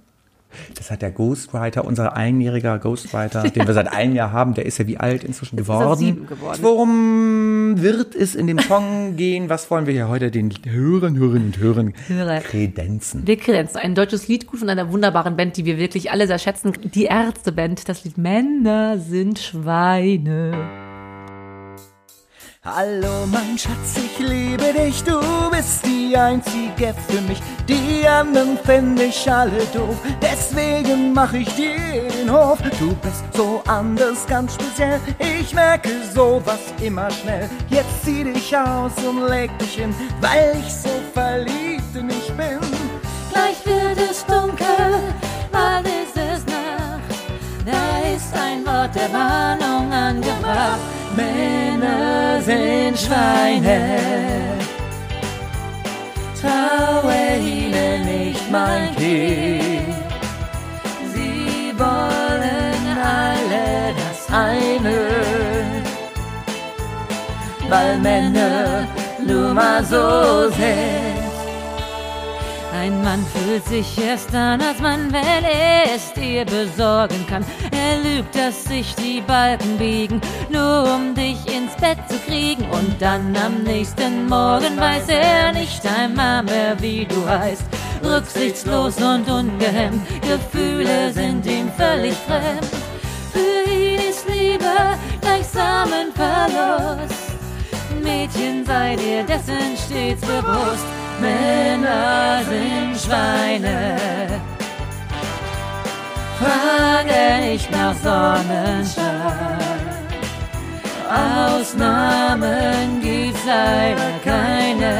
Speaker 2: Das hat der Ghostwriter, unser einjähriger Ghostwriter, den wir seit einem Jahr haben, der ist ja wie alt inzwischen geworden.
Speaker 1: sieben geworden.
Speaker 2: Worum wird es in dem Song gehen? Was wollen wir hier heute den Hörern, Hörern und Hörern
Speaker 1: Hörer.
Speaker 2: kredenzen?
Speaker 1: Wir kredenzen ein deutsches Liedgut von einer wunderbaren Band, die wir wirklich alle sehr schätzen. Die Ärzteband, das Lied Männer sind Schweine.
Speaker 2: Hallo mein Schatz, ich liebe dich, du bist die einzige für mich. Die anderen fände ich alle doof, deswegen mach ich dir den Hof. Du bist so anders, ganz speziell, ich merke sowas immer schnell. Jetzt zieh dich aus und leg dich hin, weil ich so verliebt in dich bin.
Speaker 4: Gleich wird es dunkel, bald ist es Nacht. Da ist ein Wort der Warnung angebracht. Männer sind Schweine. Traue ihnen nicht, mein Kind. Sie wollen alle das eine. Weil Männer nur mal so sind. Ein Mann fühlt sich erst dann als Mann, wenn er es dir besorgen kann. Er lügt, dass sich die Balken biegen, nur um dich ins Bett zu kriegen. Und dann am nächsten Morgen weiß er nicht einmal mehr, wie du heißt. Rücksichtslos und ungehemmt, Gefühle sind ihm völlig fremd. Für ihn ist Liebe gleichsamen Verlust. Mädchen, sei dir dessen stets bewusst. Männer sind Schweine. Frage nicht nach Sonnenschein. Ausnahmen gibt's leider keine.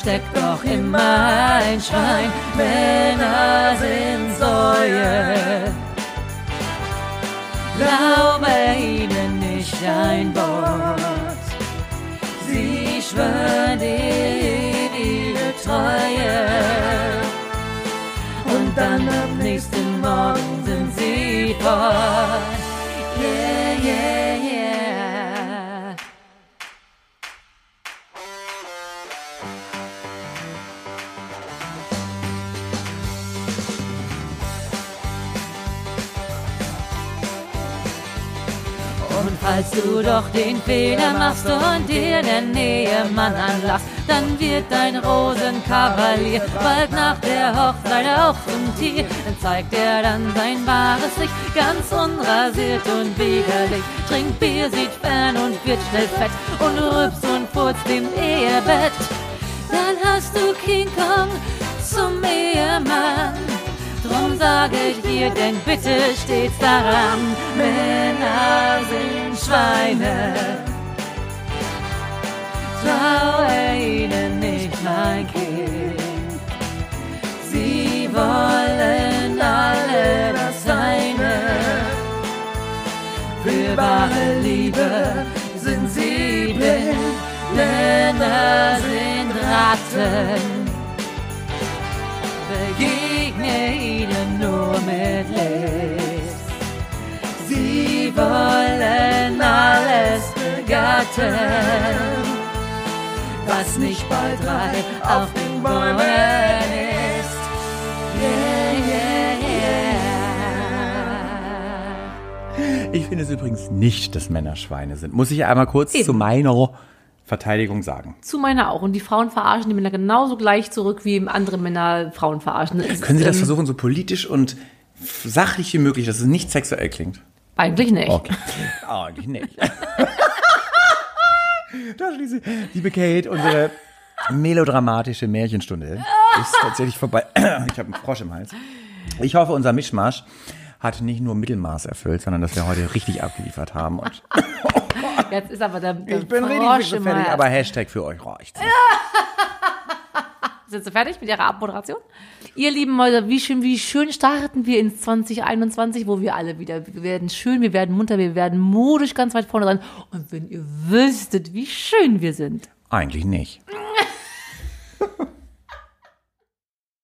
Speaker 4: steckt doch immer ein Schwein. Männer sind Säue. Glaube ihnen nicht ein Wort. Sie schwören dir ihre Treue. Und dann am nächsten Morgen sind sie fort. Yeah, yeah, yeah. Und falls du doch den Fehler machst und dir der Nähemann anlachst, dann wird dein Rosenkavalier bald nach der Hochzeit auch zum Tier. Dann zeigt er dann sein wahres Licht, ganz unrasiert und widerlich. Trinkt Bier, sieht fern und wird schnell fett und rübst und furzt im Ehebett. Dann hast du King Kong zum Ehemann. Drum sage ich dir, denn bitte stets daran, Männer sind Schweine. Traue ihnen nicht, mein Kind. Sie wollen alle das Seine. Für wahre Liebe sind sie blind, Männer sind Ratten begegne ihnen nur mit Licht. Sie wollen alles begatten, was nicht bei drei auf den Bäumen ist. Yeah, yeah, yeah.
Speaker 2: Ich finde es übrigens nicht, dass Männer Schweine sind. Muss ich einmal kurz
Speaker 1: Eben.
Speaker 2: zu meiner Verteidigung sagen.
Speaker 1: Zu meiner auch. Und die Frauen verarschen die Männer genauso gleich zurück, wie eben andere Männer Frauen verarschen. Es ist,
Speaker 2: Können Sie das
Speaker 1: ähm,
Speaker 2: versuchen, so politisch und f- sachlich wie möglich, dass es nicht sexuell klingt? Oh,
Speaker 1: ähm, Eigentlich nicht.
Speaker 2: Eigentlich nicht. da schließe ich. Liebe Kate, unsere melodramatische Märchenstunde ist tatsächlich vorbei. Ich habe einen Frosch im Hals. Ich hoffe, unser Mischmasch hat nicht nur Mittelmaß erfüllt, sondern dass wir heute richtig abgeliefert haben. Und
Speaker 1: Jetzt ist aber der, der
Speaker 2: ich bin
Speaker 1: Frosch
Speaker 2: richtig
Speaker 1: im
Speaker 2: gefällig,
Speaker 1: Hals.
Speaker 2: aber Hashtag für euch reicht.
Speaker 1: Sind Sie fertig mit Ihrer Abmoderation? Ihr lieben Mäuser, wie schön, wie schön starten wir ins 2021, wo wir alle wieder, wir werden schön, wir werden munter, wir werden modisch ganz weit vorne sein. Und wenn ihr wüsstet, wie schön wir sind.
Speaker 2: Eigentlich nicht.